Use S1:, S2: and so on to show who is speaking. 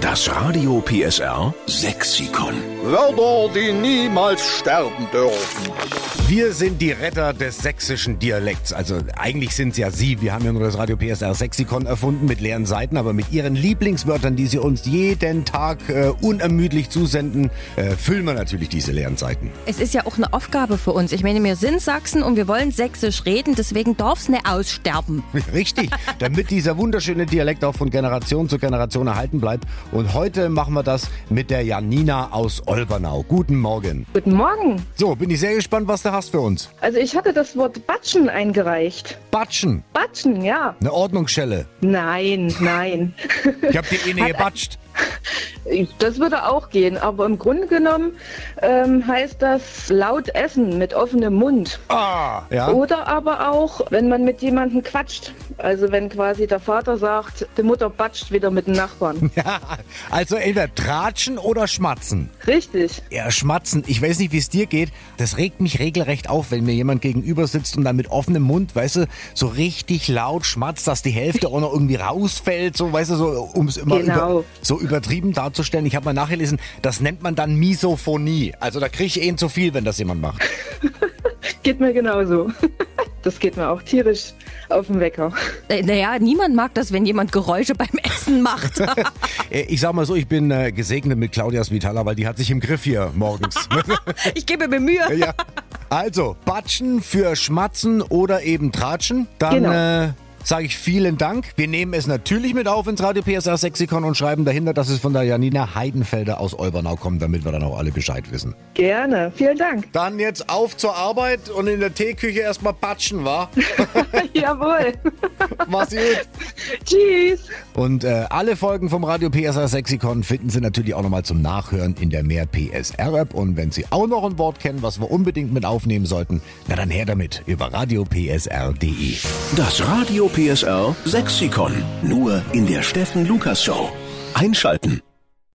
S1: Das Radio PSR Sexikon.
S2: Wörter, die niemals sterben dürfen.
S3: Wir sind die Retter des sächsischen Dialekts. Also eigentlich sind es ja Sie. Wir haben ja nur das Radio PSR Sexikon erfunden mit leeren Seiten, aber mit Ihren Lieblingswörtern, die Sie uns jeden Tag äh, unermüdlich zusenden, äh, füllen wir natürlich diese leeren Seiten.
S4: Es ist ja auch eine Aufgabe für uns. Ich meine, wir sind Sachsen und wir wollen sächsisch reden, deswegen darf es nicht aussterben.
S3: Richtig, damit dieser wunderschöne Dialekt auch von Generation zu Generation erhalten bleibt. Und heute machen wir das mit der Janina aus Olbernau. Guten Morgen.
S5: Guten Morgen.
S3: So, bin ich sehr gespannt, was du hast für uns.
S5: Also ich hatte das Wort Batschen eingereicht.
S3: Batschen,
S5: Batschen, ja.
S3: eine Ordnungsschelle.
S5: Nein, nein.
S3: Ich hab dir eh nicht gebatscht.
S5: Das würde auch gehen, aber im Grunde genommen ähm, heißt das laut essen mit offenem Mund.
S3: Ah, ja.
S5: Oder aber auch, wenn man mit jemandem quatscht. Also wenn quasi der Vater sagt, die Mutter batscht wieder mit dem Nachbarn.
S3: Ja, also entweder tratschen oder schmatzen.
S5: Richtig.
S3: Ja, schmatzen. Ich weiß nicht, wie es dir geht. Das regt mich regelrecht auf, wenn mir jemand gegenüber sitzt und dann mit offenem Mund, weißt du, so richtig laut schmatzt, dass die Hälfte auch noch irgendwie rausfällt, so, weißt du, so, um es immer
S5: Genau.
S3: über, so übertrieben darzustellen. Ich habe mal nachgelesen, das nennt man dann Misophonie. Also da kriege ich eh zu viel, wenn das jemand macht.
S5: Geht mir genauso. Das geht mir auch tierisch auf den Wecker.
S4: Äh, Naja, niemand mag das, wenn jemand Geräusche beim Essen macht.
S3: Äh, Ich sag mal so, ich bin äh, gesegnet mit Claudias Vitala, weil die hat sich im Griff hier morgens.
S4: ich gebe mir Mühe.
S3: Ja. Also, Batschen für Schmatzen oder eben Tratschen. Dann
S5: Genau.
S3: äh, sage ich vielen Dank. Wir nehmen es natürlich mit auf ins Radio PSR Sexikon und schreiben dahinter, dass es von der Janina Heidenfelder aus Olbernau kommt, damit wir dann auch alle Bescheid wissen.
S5: Gerne. Vielen Dank.
S3: Dann jetzt auf zur Arbeit und in der Teeküche erstmal batschen, wa?
S5: Jawohl.
S3: Mach's gut.
S5: Tschüss.
S3: Und äh, alle Folgen vom Radio PSR Sexikon finden Sie natürlich auch nochmal zum Nachhören in der Mehr PSR App. Und wenn Sie auch noch ein Wort kennen, was wir unbedingt mit aufnehmen sollten, na dann her damit über radiopsr.de.
S1: Das Radio PSR Sexikon. Nur in der Steffen Lukas Show. Einschalten.